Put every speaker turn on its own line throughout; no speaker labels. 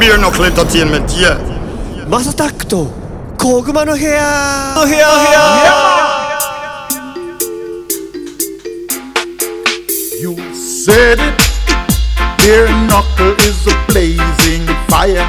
ビルのクレントティーンメント、イェ
マサタックと小熊の部屋の部屋の部屋
You said it. Beer knuckle is a blazing fire.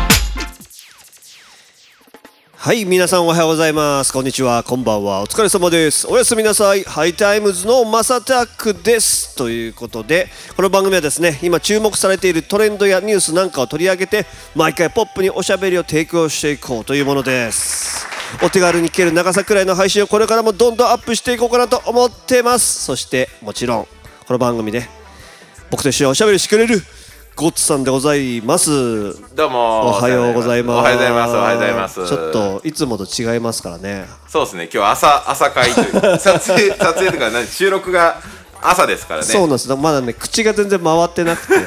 はい皆さんおはようございますこんにちはこんばんはお疲れ様ですおやすみなさいハイタイムズのマサタックですということでこの番組はですね今注目されているトレンドやニュースなんかを取り上げて毎回ポップにおしゃべりを提供していこうというものですお手軽に聞ける長さくらいの配信をこれからもどんどんアップしていこうかなと思ってますそしてもちろんこの番組で僕と一緒におしゃべりしてくれるゴッツさんでございます
どうも
おはようございます。
おはようございますおはようございます
ちょっといつもと違いますからね。
そうですね今日朝朝会という 撮影撮影とか何収録が朝ですからね
そうなんです。まだね口が全然回ってなく て、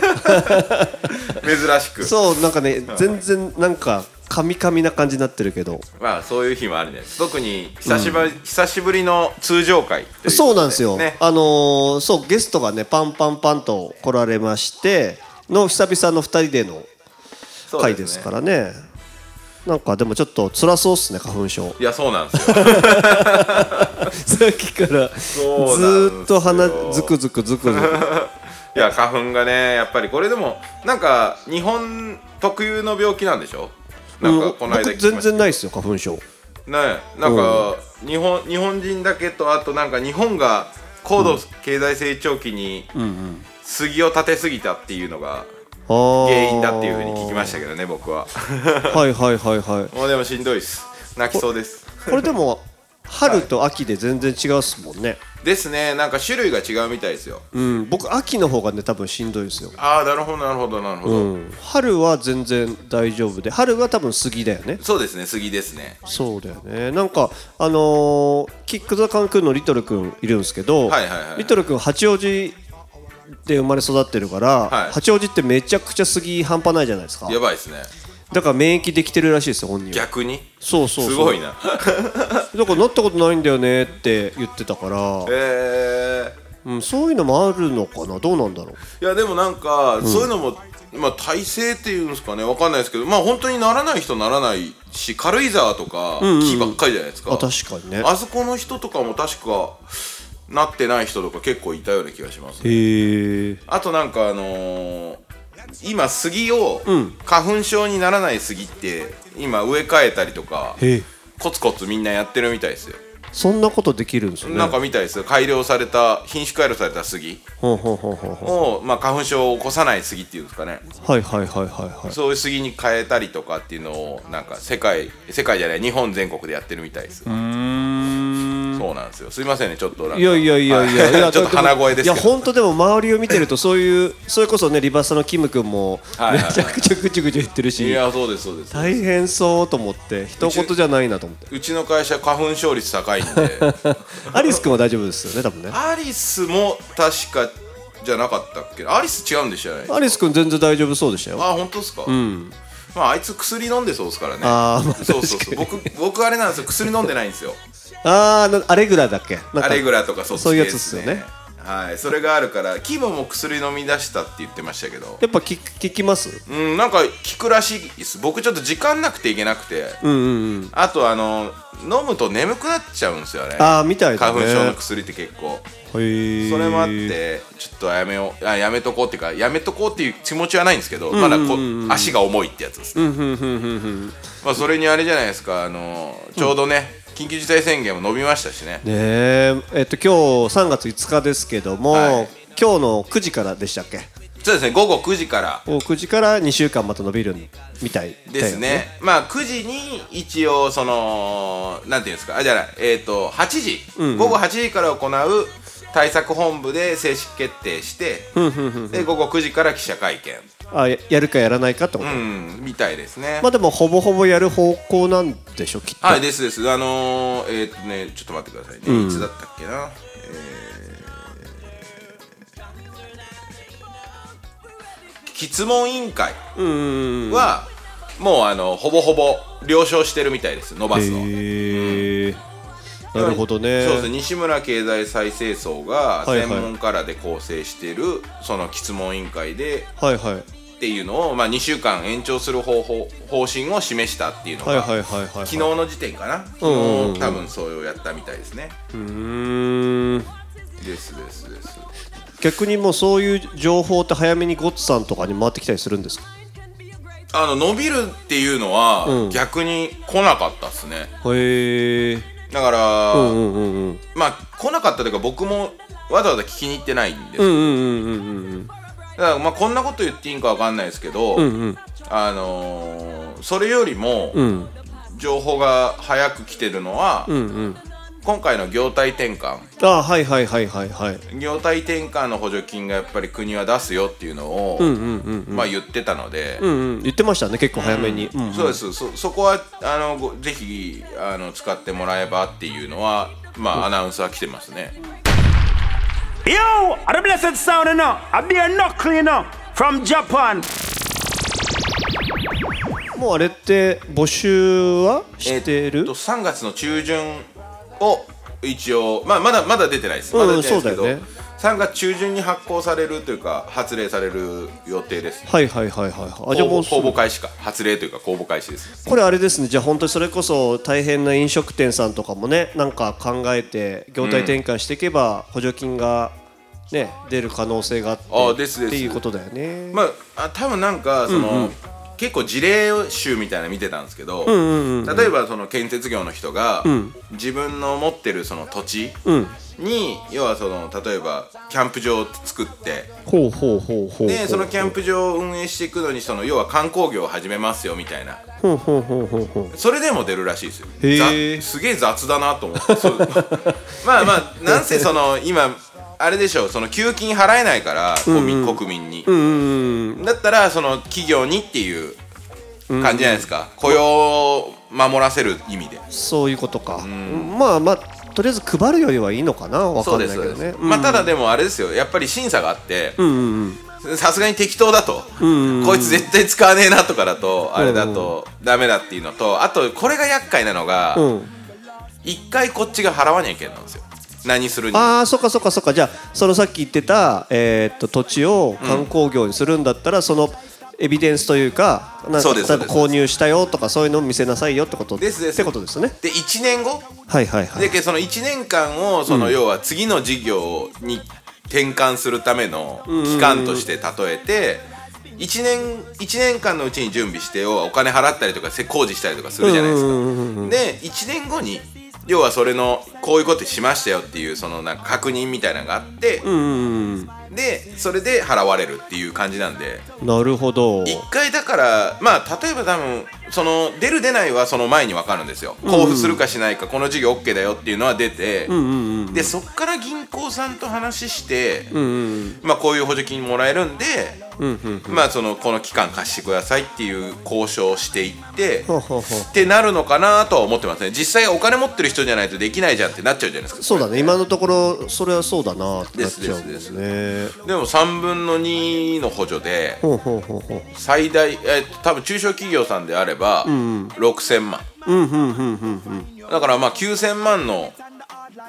珍しく
そうなんかね全然なんかカミカミな感じになってるけど、
まあそういう日もあるんです特に久しぶり、久しぶりの通常会といこと
そうなんですよ。
ね
あのーそうゲストがねパンパンパンと来られましての久々の二人での
そう
会ですからね。なんかでもちょっと辛そうっすね花粉 症
いやそうなん ですよ
さっきからず
そうなんですよ
ーっと鼻ずくずくずくずく
いや花粉がねやっぱりこれでもなんか日本特有の病気なんでしょなんかこの
う
間
ん僕
聞き
全
ました
然ないっすよ花粉症
ねなんか日本日本人だけとあとなんか日本が高度経済成長期に杉を立てすぎたっていうのが
原
原因だっていうふうに聞きましたけどね僕は
はいはいはいは
もうでもしんどいっす泣きそうです
いこれでも春と秋で全然違うっすもんね、
ですねなんか種類が違うみたいですよ
うん僕秋の方がね多分しんどいですよ、
ああなるほどなるほどなるほど、
うん、春は全然大丈夫で春は多分杉だよね
そうですね杉ですね
そうだよねなんかあのーキック・ザ・カン君のリトル君いるんですけど、
はいはいはい
リトル君八王子で生まれ育ってるから、
はい
八王子ってめちゃくちゃ杉半端ないじゃないですか
やばいですね
だから免疫できてるらしいですよ本人は
逆に
そうそうそう
すごいな
だからなったことないんだよねって言ってたから
え
うん、そういうのもあるのかなどうなんだろう
ー、いやでもなんか、そういうのもまあ体勢っていうんですかねわかんないですけどまあ本当にならない人ならないし軽井沢とか木ばっかりじゃないですか、
あ確かにね
あそこの人とかも確かなってない人とか結構いたような気がしますね
へえ
あとなんかあのー今杉を花粉症にならない杉って今植え替えたりとか
へえ
コツコツみんなやってるみたいですよ、
そんなことできるんですよね
なんかみたいですよ改良された品種改良された杉
ほんほんほんほんほん
を、まあ、花粉症を起こさない杉っていうんですかね
はいはいはいはいはい
そういう杉に変えたりとかっていうのをなんか世界世界じゃない日本全国でやってるみたいですよそうなんですよすいませんねちょっとなんか
いやいやいやいや、
はい
いや
ちょっと鼻声ですけど
いや本当でも周りを見てるとそういう それこそねリバーサのキム君も
はい
め
はいはい
ちゃくちゃぐちゅぐちゅ言ってるし、
いやそうですそうです
大変そうと思って一言じゃないなと思って
うちの会社花粉症率高いん で
アリス君は大丈夫ですよね多分ね
アリスも確かじゃなかったっけアリス違うんでしたね
アリス君全然大丈夫そうでしたよ
あ本当ですかうんまああいつ薬飲んでそうですからね
あーまあ
そうそうそう僕僕あれなんですよ薬飲んでないんですよ
あーなアレグラだっけなんか
アレグラとかそっち
そういうやつ
で
っすよね
はいそれがあるからキムも薬飲み出したって言ってましたけど
やっぱ聞聞きます
うんなんか聞くらしいです僕ちょっと時間なくていけなくて
うんうんうん
あとあの飲むと眠くなっちゃうんですよね
ああみたいだ
花
ね
粉症の薬って結構
へえ
それもあってちょっとやめようあやめとこうっていうかやめとこうっていう気持ちはないんですけど、まだこ足が重いってやつですね、まあそれにあれじゃないですかあのーちょうどね、緊急事態宣言も伸びましたしね
ねええっと今日3月5日ですけども、
はい
今日の9時からでしたっけ
そうですね午後9時から
お9時から2週間また伸びるみたいだよ
ですねまあ9時に一応そのなんていうんですかあじゃないえっ、と8時、午後8時から行う対策本部で正式決定してで午後9時から記者会見、
あややるかやらないかってこと、
うん、みたいですね
まあでもほぼほぼやる方向なんでしょきっと、
はい、ですです。あのー、えーっとね、ちょっと待ってくださいね。いつだったっけな。えー、質問委員会は、もうあの、ほぼほぼ了承してるみたいです、伸ばすの。
へえなるほどね
そうですね西村経済再生層
は
が
いはい
専門家らで構成しているその質問委員会で
はいはい
っていうのを、まあ、2週間延長する方法方針を示したっていうのが、
はいはいはいはいはい。
昨日の時点かな、昨
んうんうん
日多分それをやったみたいですね。
うーん
ですですです。
逆にもうそういう情報って早めにゴッツさんとかに回ってきたりするんですか
あの伸びるっていうのは、
うん
逆に来なかったですね。
へえ
だから、
うんうんうんうん
まあ来なかったというか僕もわざわざ聞きに行ってないん
う
です、だ
んうんうんうんうん
からまあこんなこと言っていいんかわかんないですけど、
うんうん
あのーそれよりも
うん
情報が早く来てるのは、
うんうん
今回の業態転換
ああはいはいはいはいはい
業態転換の補助金がやっぱり国は出すよっていうのを、
うんうんうん
まあ言ってたので、
うんうん言ってましたね結構早めにうんうん
そうですそそこはあのごぜひあの使ってもらえばっていうのはまあアナウンスは来てますね
Yo, are the blessed sound enough? I be a knuckle enough from Japan.
もうあれって募集はして
えっ
る
と3月の中旬を一応、まあ、まだまだ出てないですまだ出てないですけど、
うんそうだよね
3月中旬に発行されるというか発令される予定です
はいはいはいはいはいあじゃあもう
公募公募開始か発令というか公募開始です
これあれですねじゃあ本当にそれこそ大変な飲食店さんとかもねなんか考えて業態転換していけば補助金がね出る可能性があって
あですです
っていうことだよね、
まああ多分なんかその、結構事例集みたいなの見てたんですけど、例えばその建設業の人が、自分の持ってるその土地
ん
に、要はその例えばキャンプ場を作って
ほうほうほうほう
でそのキャンプ場を運営していくのにその要は観光業を始めますよみたいな
ほうほうほうほうほう
それでも出るらしいですよ
へー
ざすげえ雑だなと思ってそう まあまあなんせその今あれでしょうその給金払えないから、国民国民に、だったらその企業にっていう感じじゃないですか、雇用を守らせる意味で
そういうことか、まあまあとりあえず配るよりはいいのかなわ
そ
か
うん
な
で
い
す
け
そうで
どね
す、まあ、ただでもあれですよやっぱり審査があってさすがに適当だと、こいつ絶対使わねえなとかだとあれだとダメだっていうのとあとこれが厄介なのが、
うん、うん
一回こっちが払わにゃいけないんですよ何するにも
ああそっかそっかそっかじゃあそのさっき言ってた、えーっと土地を観光業にするんだったら、そのエビデンスというかなんか
そうです
例えば
そうです
購入したよとかそういうのを見せなさいよってこと
ですです
ってことですね
で1年後
はいはいは
で
い
けその1年間をその要は次の事業に転換するための期間として例えて1年1年間のうちに準備して要はお金払ったりとかせ工事したりとかするじゃないですかで1年後に要はそれのこういうことしましたよっていうそのなんか確認みたいなのがあってでそれで払われるっていう感じなんで
なるほど
一回だからまあ例えば多分その出る出ないはその前に分かるんですよ交付するかしないか、この事業 OK だよっていうのは出て、でそっから銀行さんと話して、まあこういう補助金もらえるんで、まあそのこの期間貸してくださいっていう交渉をしていって、
ほうほうほう
ってなるのかなとは思ってますね実際お金持ってる人じゃないとできないじゃんってなっちゃうじゃないですか
そうだね今のところそれはそうだなってなっちゃうもんね
ですですでも3分の2の補助で
ほうほうほうほう
最大、えっと多分中小企業さんであれば、6000万だからまあ9000万の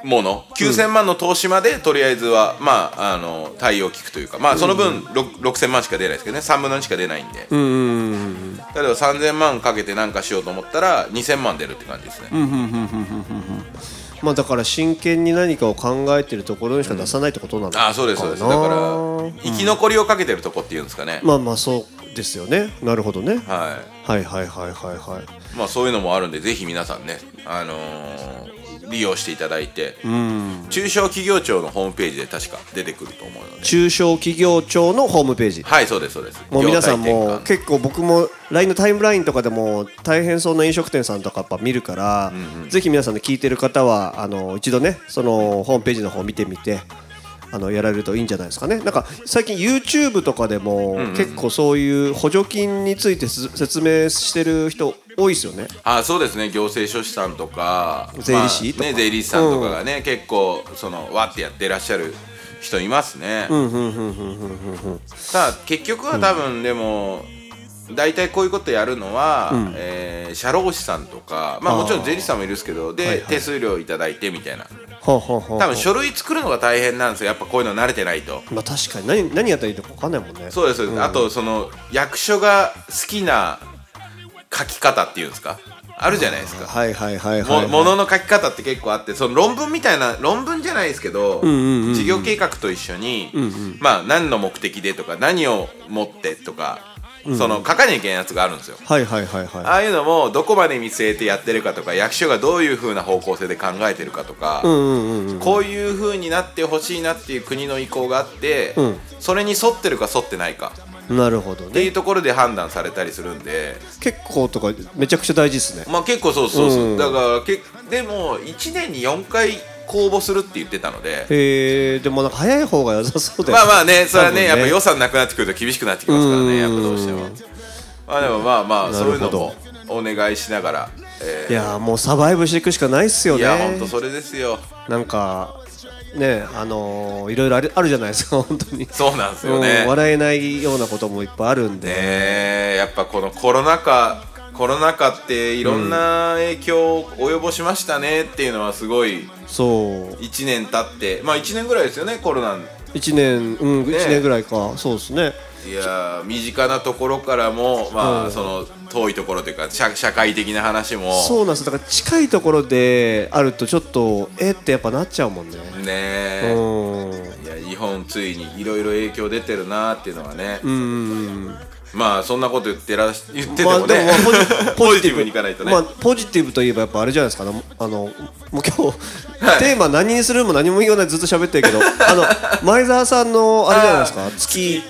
もの9000万の投資までとりあえずは、まあ、あの対応を聞くというか、まあ、その分、ろく6000万しか出ないですけどね3分の2しか出ないんで、例えば3000万かけて何かしようと思ったら2000万出るって感じですね、
まあだから真剣に何かを考えてるところにしか出さないってことなのかな、
ああそうですそうですだから生き残りをかけてるとこっていうんですかね、
まあまあそうですよねなるほどね、
はい
はいはいはいはいはい
まあそういうのもあるんでぜひ皆さんね、あのー利用していただいて、中小企業庁のホームページで確か出てくると思うので
中小企業庁のホームページ
はいそうですそうです
もう皆さん
業
も
態転換
結構僕も LINE のタイムラインとかでも大変そうな飲食店さんとかやっぱ見るから、ぜひ皆さんで聞いてる方はあの一度ねそのホームページの方見てみてあのやられるといいんじゃないですかねなんか最近 YouTube とかでも結構そういう補助金についてす説明してる人多いですよね
あそうですね行政書士さんとか
税理士とか
まあね、税理士さんとかがね、結構そのわってやってらっしゃる人いますねさあ結局は多分でも、大体こういうことやるのは、えー社労士さんとか、まあ、もちろん税理士さんもいるんですけどで、手数料いただいてみたいな
ほうほうほう
多分書類作るのが大変なんですよやっぱこういうの慣れてないと
まあ確かに何何やったらいいのか分かんないもんね
そうですそうです、あとその役所が好きな書き方っていうんですかあるじゃないですか
はいはいはいはい、はい、
もものの書き方って結構あってその論文みたいな論文じゃないですけど、事業計画と一緒に、まあ、何の目的でとか何を持ってとか、その書かなきゃいけないやつがあるんですよ。
はいはいはいはい
ああいうのもどこまで見据えてやってるかとか役所がどういう風な方向性で考えてるかとか、こういう風になってほしいなっていう国の意向があって、
ん
それに沿ってるか沿ってないか
なるほど
ってい
ね
うところで判断されたりするんで。
結構とかめちゃくちゃ大事ですね
まあ結構そうそうそう、
うん
だからけでも1年に4回公募するって言ってたので
えー、でもなんか早い方が良さそうだよ
まあまあねそれはね
多
やっ
分
ぱ予算なくなってくると厳しくなってきますから
うん
ねやっぱどうしてもまあでもまあまあ
な
そうい
る
う
ほ
の
ど
もお願いしながら、え
いやーもうサバイブしていくしかないっすよ
ー、
ね
いやほんとそれですよ
なんかねあのー、いろいろあるあるじゃないですか 本当に
そうなんですよね
うん笑えないようなこともいっぱいあるんで、
ねえやっぱこのコロナ禍コロナ禍っていろんな影響を及ぼしましたねっていうのはすごい
そう
1年経ってまあ1年ぐらいですよねコロナ
1年うん、
ね
一年ぐらいかそうですね
いやー身近なところからも、まあ、その遠いところというか社社会的な話も
そうなんですだから近いところであるとちょっとえってやっぱなっちゃうもんね
ねえ
う
いや日本ついにいろいろ影響出てるなーっていうのはね、
んうん
まあそんなこと言ってらし言ってて
まあ
もね、
まあポジ
ポジティブにいかないとね、
まあ、ポジティブといえばやっぱあれじゃないですか、ね、あのもう今日、
はい
テーマ何にするも何も言わないずっと喋って るけどあの前澤さんのあれじゃないですか月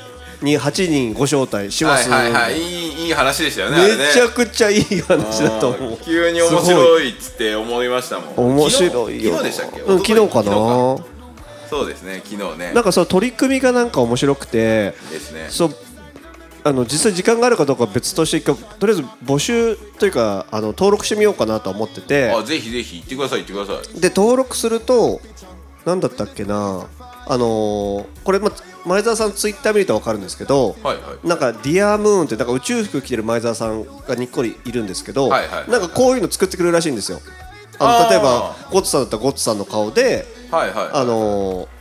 に8人ご招待しま
はい
す、
はいはいいいいい話でしたよねあれね
めちゃくちゃいい話だと思
う
うん
急に面白いっつって思いましたもん
面白いよ
昨日昨日でしたっけ、
うん、昨日かな
昨日かそうですね昨日ね
なんかその取り組みがなんか面白くて
ですね
そうあの実際時間があるかどうかは別として一回とりあえず募集というかあの登録してみようかなとは思ってて
あぜひぜひ行ってください行ってください
で登録すると何だったっけなあのーこれ、ま、前澤さんツイッター見ると分かるんですけど、
はいはい
なんか「ディアムーンってなんか宇宙服着てる前澤さんがにっこりいるんですけど、
はいはいはいはい
なんかこういうの作ってくれるらしいんですよ。あの
あー
例えばゴッツさんだったらゴッツさんの顔で、
はいはい
あのー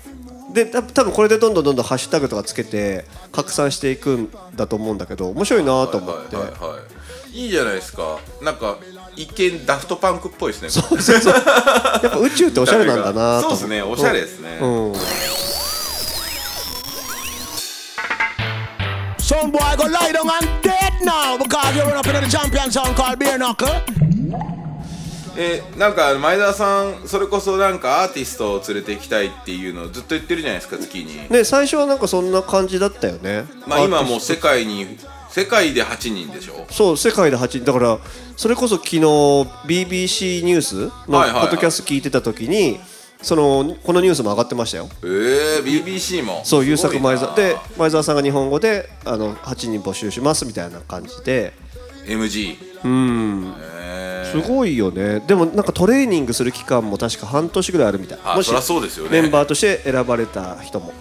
でた多分これでどんどんどんどんハッシュタグとかつけて拡散していくんだと思うんだけど面白いなと思って、
はいはいはいはい、いいじゃないですかなんか一見ダフトパンクっぽいですねそうです
やっぱ宇宙っておしゃれなんだなと思っ
そうで
て
すねおしゃれですね、
うん、
Some boy go lie down and dead now because you run up into the champion sound called Beer Knuckle.
えなんか前澤さんそれこそなんかアーティストを連れて行きたいっていうのをずっと言ってるじゃないですか月に、
ね最初はなんかそんな感じだったよね
まあ今はもう
せ
世界に世界で8人でしょ
そう世界で8人だからそれこそ昨日 BBC ニュースのポ
はいはいはい
ッドキャスト聞いてた時にそのこのニュースも上がってましたよ
ええ BBC も
そう優
すご
作
いな
前澤で前澤さんが日本語であの8人募集しますみたいな感じで
MG
すごいよねでもなんかトレーニングする期間も確か半年ぐらいあるみたい
あそりゃそうですよね
メンバーとして選ばれた人も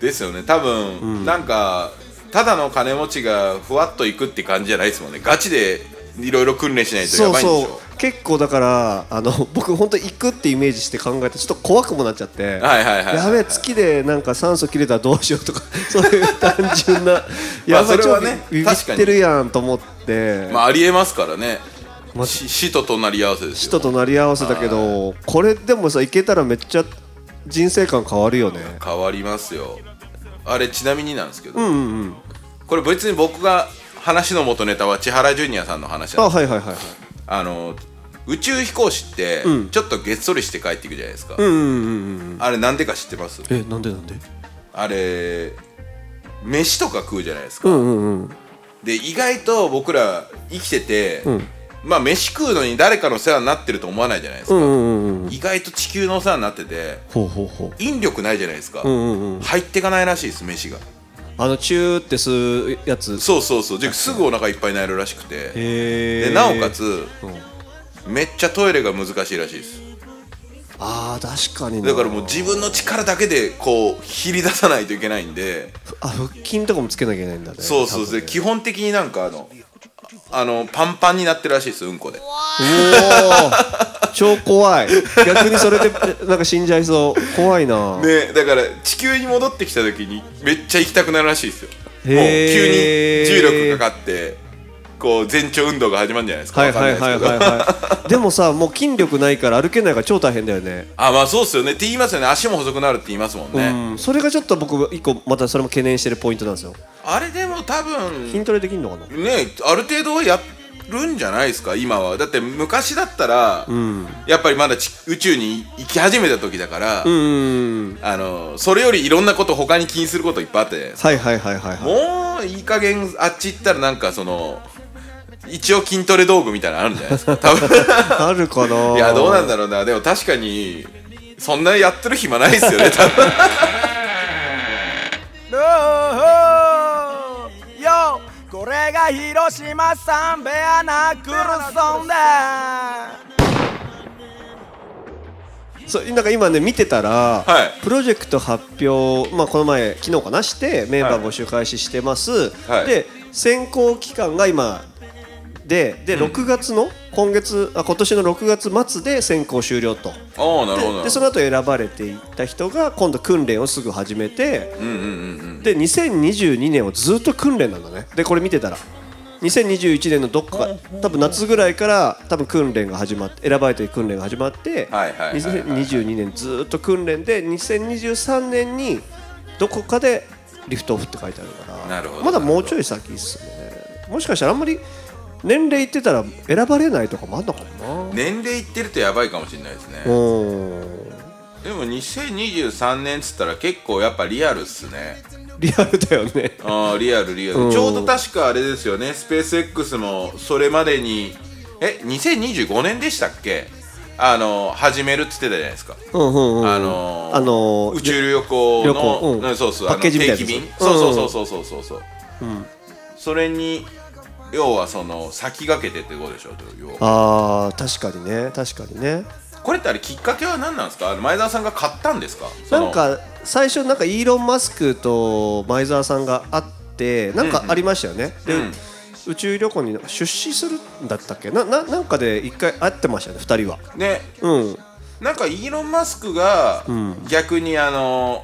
ですよね多分、なんかただの金持ちがふわっと行くって感じじゃないですもんねガチでいろいろ訓練しないと
そ
や
う
ばいんでしょ
そう結構だからあの 僕本当行くってイメージして考えてちょっと怖くもなっちゃって、
はいはいはい
やべえ月でなんか酸素切れたらどうしようとか そういう単純 なやばい
それ
ちょ
は
っと
ね
ビビ
確か
っ
に
てるやんと思って、
まあありえますからね、
ま
し死と隣り合わせです
死
よ
と隣り合わせだけどこれでもさ行けたらめっちゃ人生観変わる よね
変わりますよあれちなみになんですけど、これ別に僕が話の元ネタは千原ジュニアさんの話
あ
なんです
はいはいはいはい
あの宇宙飛行士ってちょっとげっそりして帰っていくじゃないですか、あれなんでか知ってます
えなんでなんで
あれ飯とか食うじゃないですか、で意外と僕ら生きてて、まあ飯食うのに誰かの世話になってると思わないじゃないですか、意外と地球のお世話になってて
ほうほうほう
引力ないじゃないですか、入ってかないらしいです飯が
あのチューって吸うやつ
そうそうそうですぐお腹いっぱいになるらしくて、
へ
で
え
なおかつ、めっちゃトイレが難しいらしいです
あー確かにな
だからもう自分の力だけでこう引り出さないといけないんで
あ腹筋とかもつけなきゃいけないんだね
そうそう
多
そう
分ね
で基本的になんかあのあのパンパンになってるらしいですうんこで
お超怖い逆にそれでなんか死んじゃいそう怖いな、
ねだから地球に戻ってきた時にめっちゃ行きたくなるらしいですよもう
へー
急に重力かかってこう前兆運動が始まるんじゃないですか
は
わ
い
かん
は
ない
い
です
はい
け
はい
ど
はいでもさもう筋力ないから歩けないから超大変だよね
あまあそうっすよねって言いますよね足も細くなるって言いますもんね、
うんそれがちょっと僕一個またそれも懸念してるポイントなんですよ
あれでも多分
筋トレできるのかな
ねある程度はやるんじゃないですか今はだって昔だったら、やっぱりまだち宇宙に行き始めた時だから、
うん
あのそれよりいろんなこと他に気にすることいっぱいあって
はいはいはいはいはい
もういい加減あっち行ったらなんかその一応筋トレ道具みたいなのあるんじゃない ですか多分
あるかない
いやどうなんだろうなでも確かにそんなやってる暇ないですよね 多分
Yo, これが広島サンベアナクルソンだ
そうなんか今ね見てたら、
はい
プロジェクト発表、まあ、この前昨日かなしてメンバー募集開始してます、
はい
で選考期間が今でで6月の今月あ今年の6月末で選考終了と
ああなるほど
で
な
で
る
そ
ほ
の
ど
後選ばれていった人が今度訓練をすぐ始めて、
うんうんうん
で2022年をずっと訓練なんだねでこれ見てたら2021年のどっか多分夏ぐらいから多分訓練が始まって選ばれてる訓練が始まって
はいはいはいはいはい
2022年ずっと訓練で2023年にどこかでリフトオフって書いてあるから
なるほど
まだもうちょい先っすねもしかしたらあんまり年齢いってたら選ばれないとかもあんのかもな
うん年齢いってるとやばいかもしれないですね
うん
でも2023年っつったら結構やっぱリアルっすね
リアルだよね
ああリアルリアル、
うん
ちょうど確かあれですよねスペース X もそれまでにえ2025年でしたっけあの始めるっつってたじゃないですか、
うんうんうん
あのー
あのー
宇宙旅行
旅
の
行うん
うんそうそう
パッケージみたいな
あの
やつ
定期
う
便、
ん
そうそうそうそうそうそう、うそれに要はその先駆けてってことでしょ要は
あー確かにね確かにね
これってあれきっかけは何なんですかあの前澤さんが買ったんですかその
なんか最初なんかイーロン・マスクと前澤さんが会ってなんかありましたよね、
うん
で宇宙旅行に出資するんだったっけなななんかで一回会ってましたよね2人は
ね
うん
なんかイーロン・マスクが逆にあの、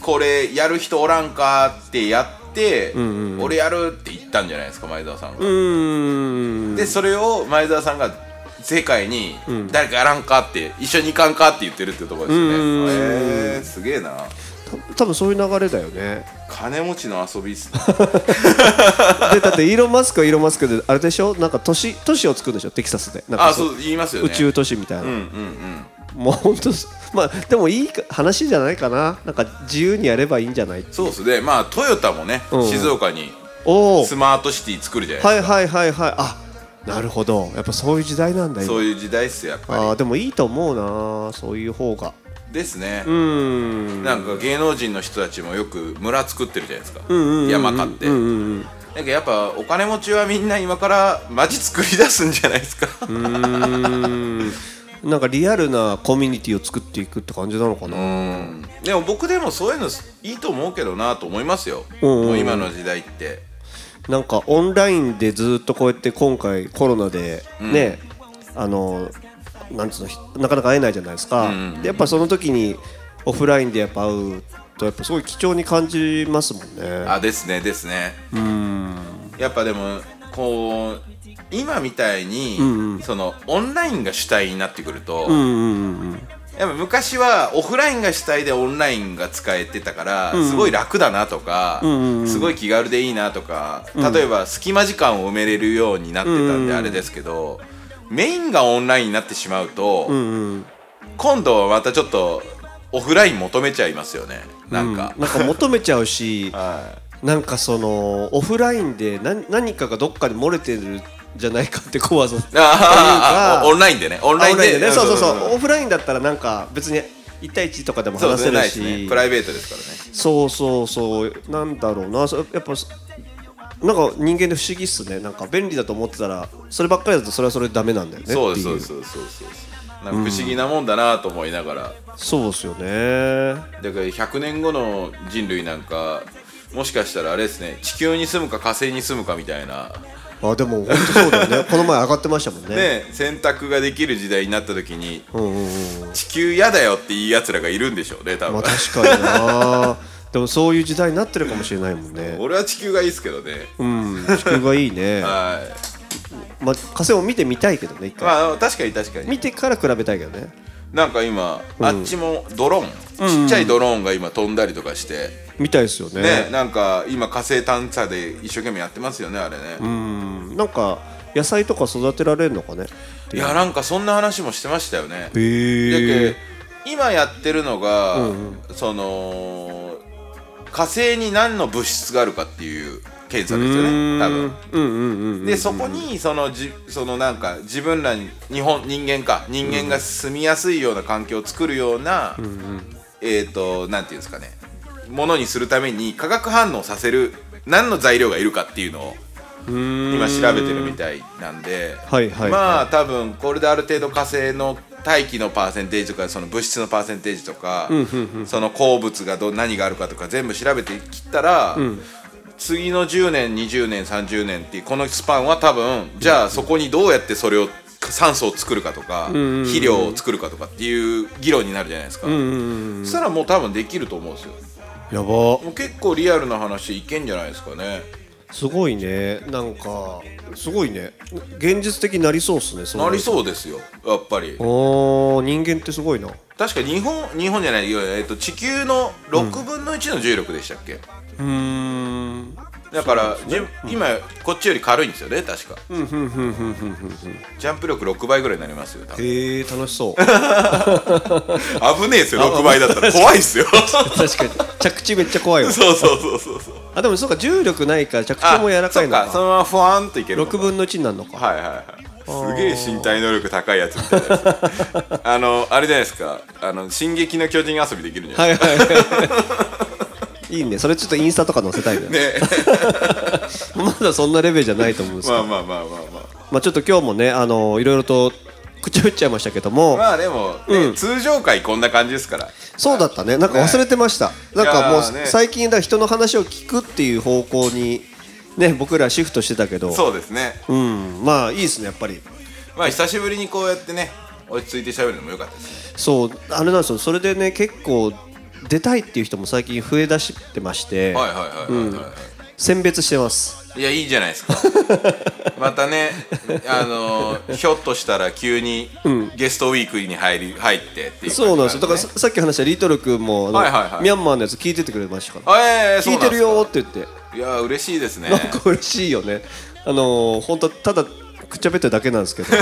これやる人おらんかってやって、俺やるって言ったんじゃないですか前澤さんが、
うーん
でそれを前澤さんが世界に誰かやらんかって一緒に行かんかって言ってるってところですよね、
うん
へーすげえな
た多分そういう流れだよね
金持ちの遊びっすね
でだってイーロン・マスクはイーロン・マスクであれでしょなんか都市都市を作るんでしょテキサスでなんか
あそう言いますよね
宇宙都市みたいな、
うんうんうん
もう本当まあでもいいか話じゃないかななんか自由にやればいいんじゃない
そうっすねまあトヨタもね、
うん
静岡に
おお
スマートシティ作るじゃないですか、
はいはいはいはいあなるほどやっぱそういう時代なんだ
そ
今
ういう時代っすよやっぱ
あーでもいいと思うなそういう方が
りですね、
うーん
なんか芸能人の人たちもよく村作ってるじゃないですか、山買って、なんかやっぱお金持ちはみんな今から街作り出すんじゃないですか
なんかリアルなコミュニティを作っていくって感じなのかな
でも僕でもそういうのいいと思うけどなと思いますよ、
うんうんうん
もう今の時代って
なんかオンラインでずっとこうやって今回コロナでね、あのなんつうのひなかなか会えないじゃないですか、でやっぱその時にオフラインでやっぱ会うとやっぱすごい貴重に感じますもんね
あですねですねやっぱでもこう今みたいに、そのオンラインが主体になってくると、
うんうんうんうん
やっぱ昔はオフラインが主体でオンラインが使えてたから、すごい楽だなとか、すごい気軽でいいなとか、例えば隙間時間を埋めれるようになってたんであれですけど、メインがオンラインになってしまうと、今度はまたちょっとオフライン求めちゃいますよねなんか、
なんか求めちゃうし、
は
なんかそのオフラインで何何かがどっかに漏れてるんじゃないかって怖さ
い、 あーあーあーオンラインでねオン
オンラ
ライ
イン
ンで
でねそうそうそう
う
オフラインだったらなんか別に1対1とかでも
そう
話せ
ですね
る
ないです
し
ねプライベートですからね
そうそうそうなんだろうなそやっぱそなんか人間で不思議っすねなんか便利だと思ってたらそればっかりだとそれはそれでダメなんだよね
そうです
って
そ
いう
ですそうですそうですなんか不思議なもんだなと思いながら、
そうですよね
だから100年後の人類なんかもしかしたらあれですね地球に住むか火星に住むかみたいな
あでも本当そうだよねこの前上がってましたもんね
ね、選択ができる時代になった時に地球嫌だよっていいやつらがいるんでしょうね多分、
まあ確かになでもそういう時代になってるかもしれないもんね
俺は地球がいいですけどね、
うん地球がいいね
は
まあ火星を見てみたいけどね一
い
回、
まあ確かに確かに
見てから比べたいけどね
なんか今、あっちもドローン、ちっちゃいドローンが今飛んだりとかして、
見たいですよね
ねなんか今火星探査で一生懸命やってますよねあれね、
うんなんか野菜とか育てられるのかね
いやなんかそんな話もしてましたよね、
へ
だけど今やってるのが、その火星に何の物質があるかっていう検査ですよね多分でそこにそのじそのなんか自分らに日本人間か人間が住みやすいような環境を作るような、えっ、となんていうんですかねものにするために化学反応させる何の材料がいるかっていうのを今調べてるみたいなんで、
はいはいはい
まあ多分これである程度火星の大気のパーセンテージとかその物質のパーセンテージとか、その鉱物がど何があるかとか全部調べてきたら、次の10年20年30年っていうこのスパンは多分じゃあそこにどうやってそれを酸素を作るかとか、肥料を作るかとかっていう議論になるじゃないですか、そしたらもう多分できると思うんですよ
やば
もう結構リアルな話いけんじゃないですかね
すごいねなんかすごいね現実的になりそうっすねそ
なり
う
そうですよやっぱり
おー人間ってすごいな
確か日本日本じゃない、えっと、地球の6分の1の重力でしたっけ、
うん
だから、じゅ今こっちより軽いんですよね確かジャンプ力6倍ぐらいになりますよ多分
へえ楽し そう確
危ねえですよ6倍だったら怖いっ すよ
かに着地めっちゃ怖いわ
そうそうそうそうそう
あでもそうか重力ないから着地も柔らかいの
そっかそ
か
のままふわんといけるのか
6分の1になるのか
はいはいはいすげえ身体能力高いやつみたいなや つあのあれじゃないですかあの「進撃の巨人」遊びできるんじゃない
はいはいはいいいねそれちょっとインスタとか載せた いね
ですか、ね、
まだそんなレベルじゃないと思うんですけど
ま あまあまあまあまあ
まあちょっと今日もねあのいろいろと口を打っちゃいましたけども、
まあでも、ね
うん
通常回こんな感じですから
そうだったねなんか忘れてました、なんかもう
いやーね
最近だから人の話を聞くっていう方向にね僕らシフトしてたけど
そうですね
うんまあいいですねやっぱり
まあ久しぶりにこうやってね落ち着いて喋るのも良かったですね
そうあれなんですよそれでね結構出たいっていう人も最近増えだしてまして、
はいはいはいはいはい、は
選別してます
いいやいいじゃない ですかまたねあのーひょっとしたら急にゲストウィークに入り入ってっていう感じ
そうなんですよだから
ね
ささっき話したリトル君もあの
はいはいはい
ミャンマーのやつ聞いててくれましたから
あええ
聞いてるよーって言って
いやー嬉しいですね
なんか嬉しいよね。あのー、本当ただくっちゃべってるだけなんです けど、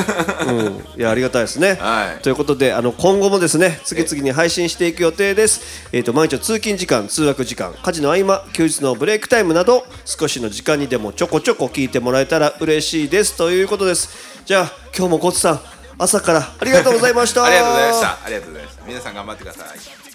うん、いやありがたいですね。
はい
ということであの今後もですね次々に配信していく予定です。えっ、と毎日の通勤時間、通学時間、家事の合間、休日のブレイクタイムなど少しの時間にでもちょこちょこ聞いてもらえたら嬉しいですということです。じゃあ 今日もコツさん朝からありがとうございました。
ありがとうございましたありがとうございました皆さん頑張ってください